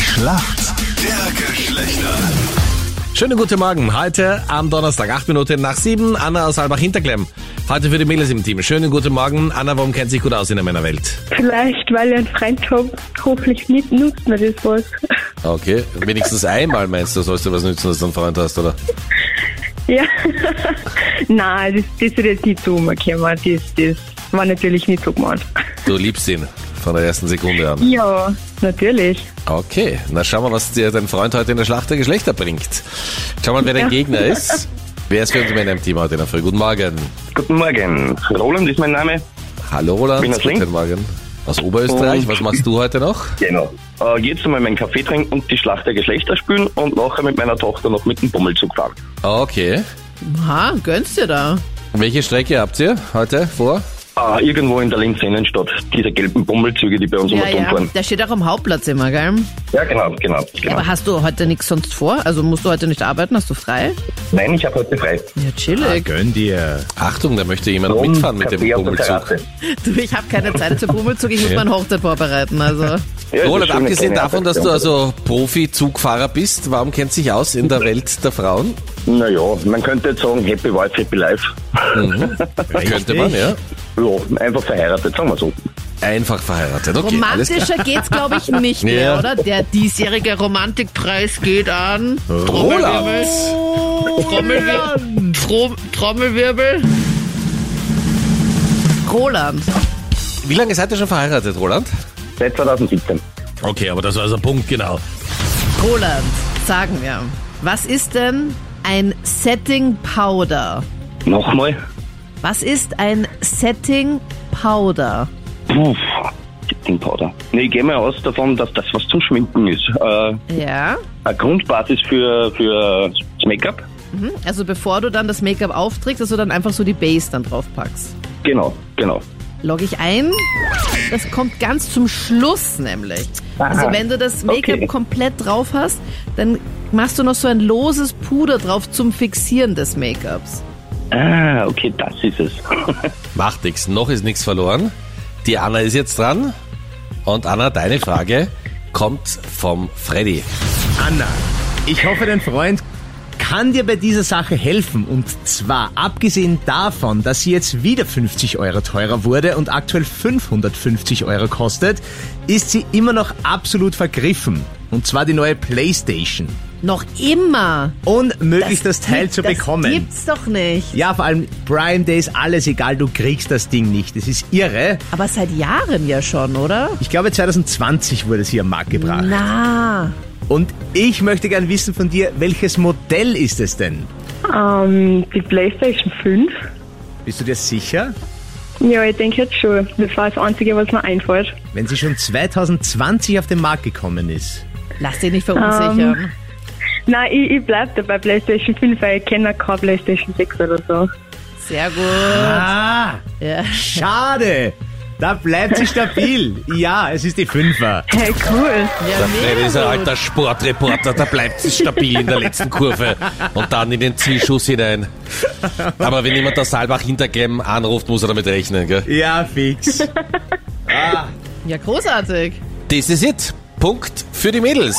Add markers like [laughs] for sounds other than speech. Schlacht der Geschlechter. Schönen guten Morgen. Heute am Donnerstag, acht Minuten nach sieben. Anna aus Halbach Hinterklemm. Heute für die Mädels im Team. Schönen guten Morgen. Anna, warum kennt sich gut aus in der Männerwelt? Vielleicht, weil ein Freundschaft hoffentlich nicht nutzt mir das was. [laughs] Okay. Wenigstens einmal meinst du, sollst du was nützen, dass du einen Freund hast, oder? Ja. [laughs] Nein, das, das wird jetzt nicht so umgekommen. Das, das war natürlich nicht so gemeint. Du liebst ihn von der ersten Sekunde an. Ja, natürlich. Okay. Na, schauen wir, was dir dein Freund heute in der Schlacht der Geschlechter bringt. Schauen wir mal, wer dein Ja. Gegner ist. Wer ist für uns im Männer im Team heute in der Früh? Guten Morgen. Guten Morgen. Roland ist mein Name. Hallo, Roland. Bin aus guten Linz. Morgen. Aus Oberösterreich. Und- Was machst du heute noch? Genau. Äh, jetzt einmal meinen Kaffee trinken und die Schlacht der Geschlechter spielen und nachher mit meiner Tochter noch mit dem Bummelzug fahren. Okay. Aha, gönnst dir da. Welche Strecke habt ihr heute vor? Äh, irgendwo in der Linz Innenstadt, diese gelben Bummelzüge, die bei uns immer Ja, drum ja. fahren. Der steht auch am Hauptplatz immer, gell? Ja, genau, genau. genau. Aber hast du heute nichts sonst vor? Also musst du heute nicht arbeiten? Hast du frei? Nein, ich habe heute frei. Ja, chillig. Gönn dir. Achtung, da möchte jemand Und mitfahren mit dem Kaffee auf der Bummelzug. Terrasse. [laughs] Du, ich habe keine Zeit zum Bummelzug. Ich muss meine Hochzeit vorbereiten. Also, Ja, Roland, das ist schon eine abgesehen kleine davon, dass du Attraktion. also Profi-Zugfahrer bist, warum kennt sich aus in der Welt der Frauen? Naja, man könnte jetzt sagen, Happy Wife, Happy Life. Könnte man, ja. Ja, einfach verheiratet, sagen wir so. Einfach verheiratet, okay. Alles klar. romantischer geht's, glaube ich, nicht mehr, Ja. oder? Der diesjährige Romantikpreis geht an. Roland! Trommelwirbel. Trom Trommelwirbel. Roland. Wie lange seid ihr schon verheiratet, Roland? Seit 2017. Okay, aber das war also Punkt, genau. Roland, sagen wir. Was ist denn ein Setting Powder? Nochmal. Was ist ein Setting Powder? Puh, den Powder. Nee, ich gehe mal aus davon, dass das was zum Schminken ist. Äh, Ja. eine Grundbasis für, für das Make-up. Mhm. Also bevor du dann das Make-up aufträgst, dass du dann einfach so die Base dann drauf packst. Genau, genau. Logge ich ein. Das kommt ganz zum Schluss nämlich. Also wenn du das Make-up Okay. komplett drauf hast, dann machst du noch so ein loses Puder drauf zum Fixieren des Make-ups. Ah, okay, das ist es. [laughs] Macht nichts, noch ist nichts verloren. Die Anna ist jetzt dran. Und Anna, deine Frage kommt vom Freddy. Anna, ich hoffe, dein Freund kann dir bei dieser Sache helfen. Und zwar, abgesehen davon, dass sie jetzt wieder 50 Euro teurer wurde und aktuell 550 Euro kostet, ist sie immer noch absolut vergriffen. Und zwar die neue Playstation. Noch immer. Unmöglich, das, Teil zu bekommen. Das gibt's doch nicht. ja, vor allem Prime Days, alles egal, du kriegst das Ding nicht. Das ist irre. Aber seit Jahren ja schon, oder? Ich glaube, 2020 wurde sie am Markt gebracht. Na, Und ich möchte gern wissen von dir, welches Modell ist es denn? Ähm, die Playstation 5? Bist du dir sicher? Ja, ich denke jetzt schon. Das war das Einzige, was mir einfällt. wenn sie schon 2020 auf den Markt gekommen ist. lass dich nicht Ähm. verunsichern. Nein, ich, ich bleib dabei Playstation 5, weil ich kenne keine Playstation 6 oder so. Sehr gut. Ah, Ja. schade. Da bleibt sie stabil. Ja, es ist die Fünfer. Hey, cool. Der Freddy ist ein alter Sportreporter, der bleibt stabil in der letzten Kurve und dann in den Zielschuss hinein. Aber wenn jemand aus Saalbach hintergem anruft, muss er damit rechnen, gell? Ja, fix. Ja, großartig. Das ist it. Punkt für die Mädels.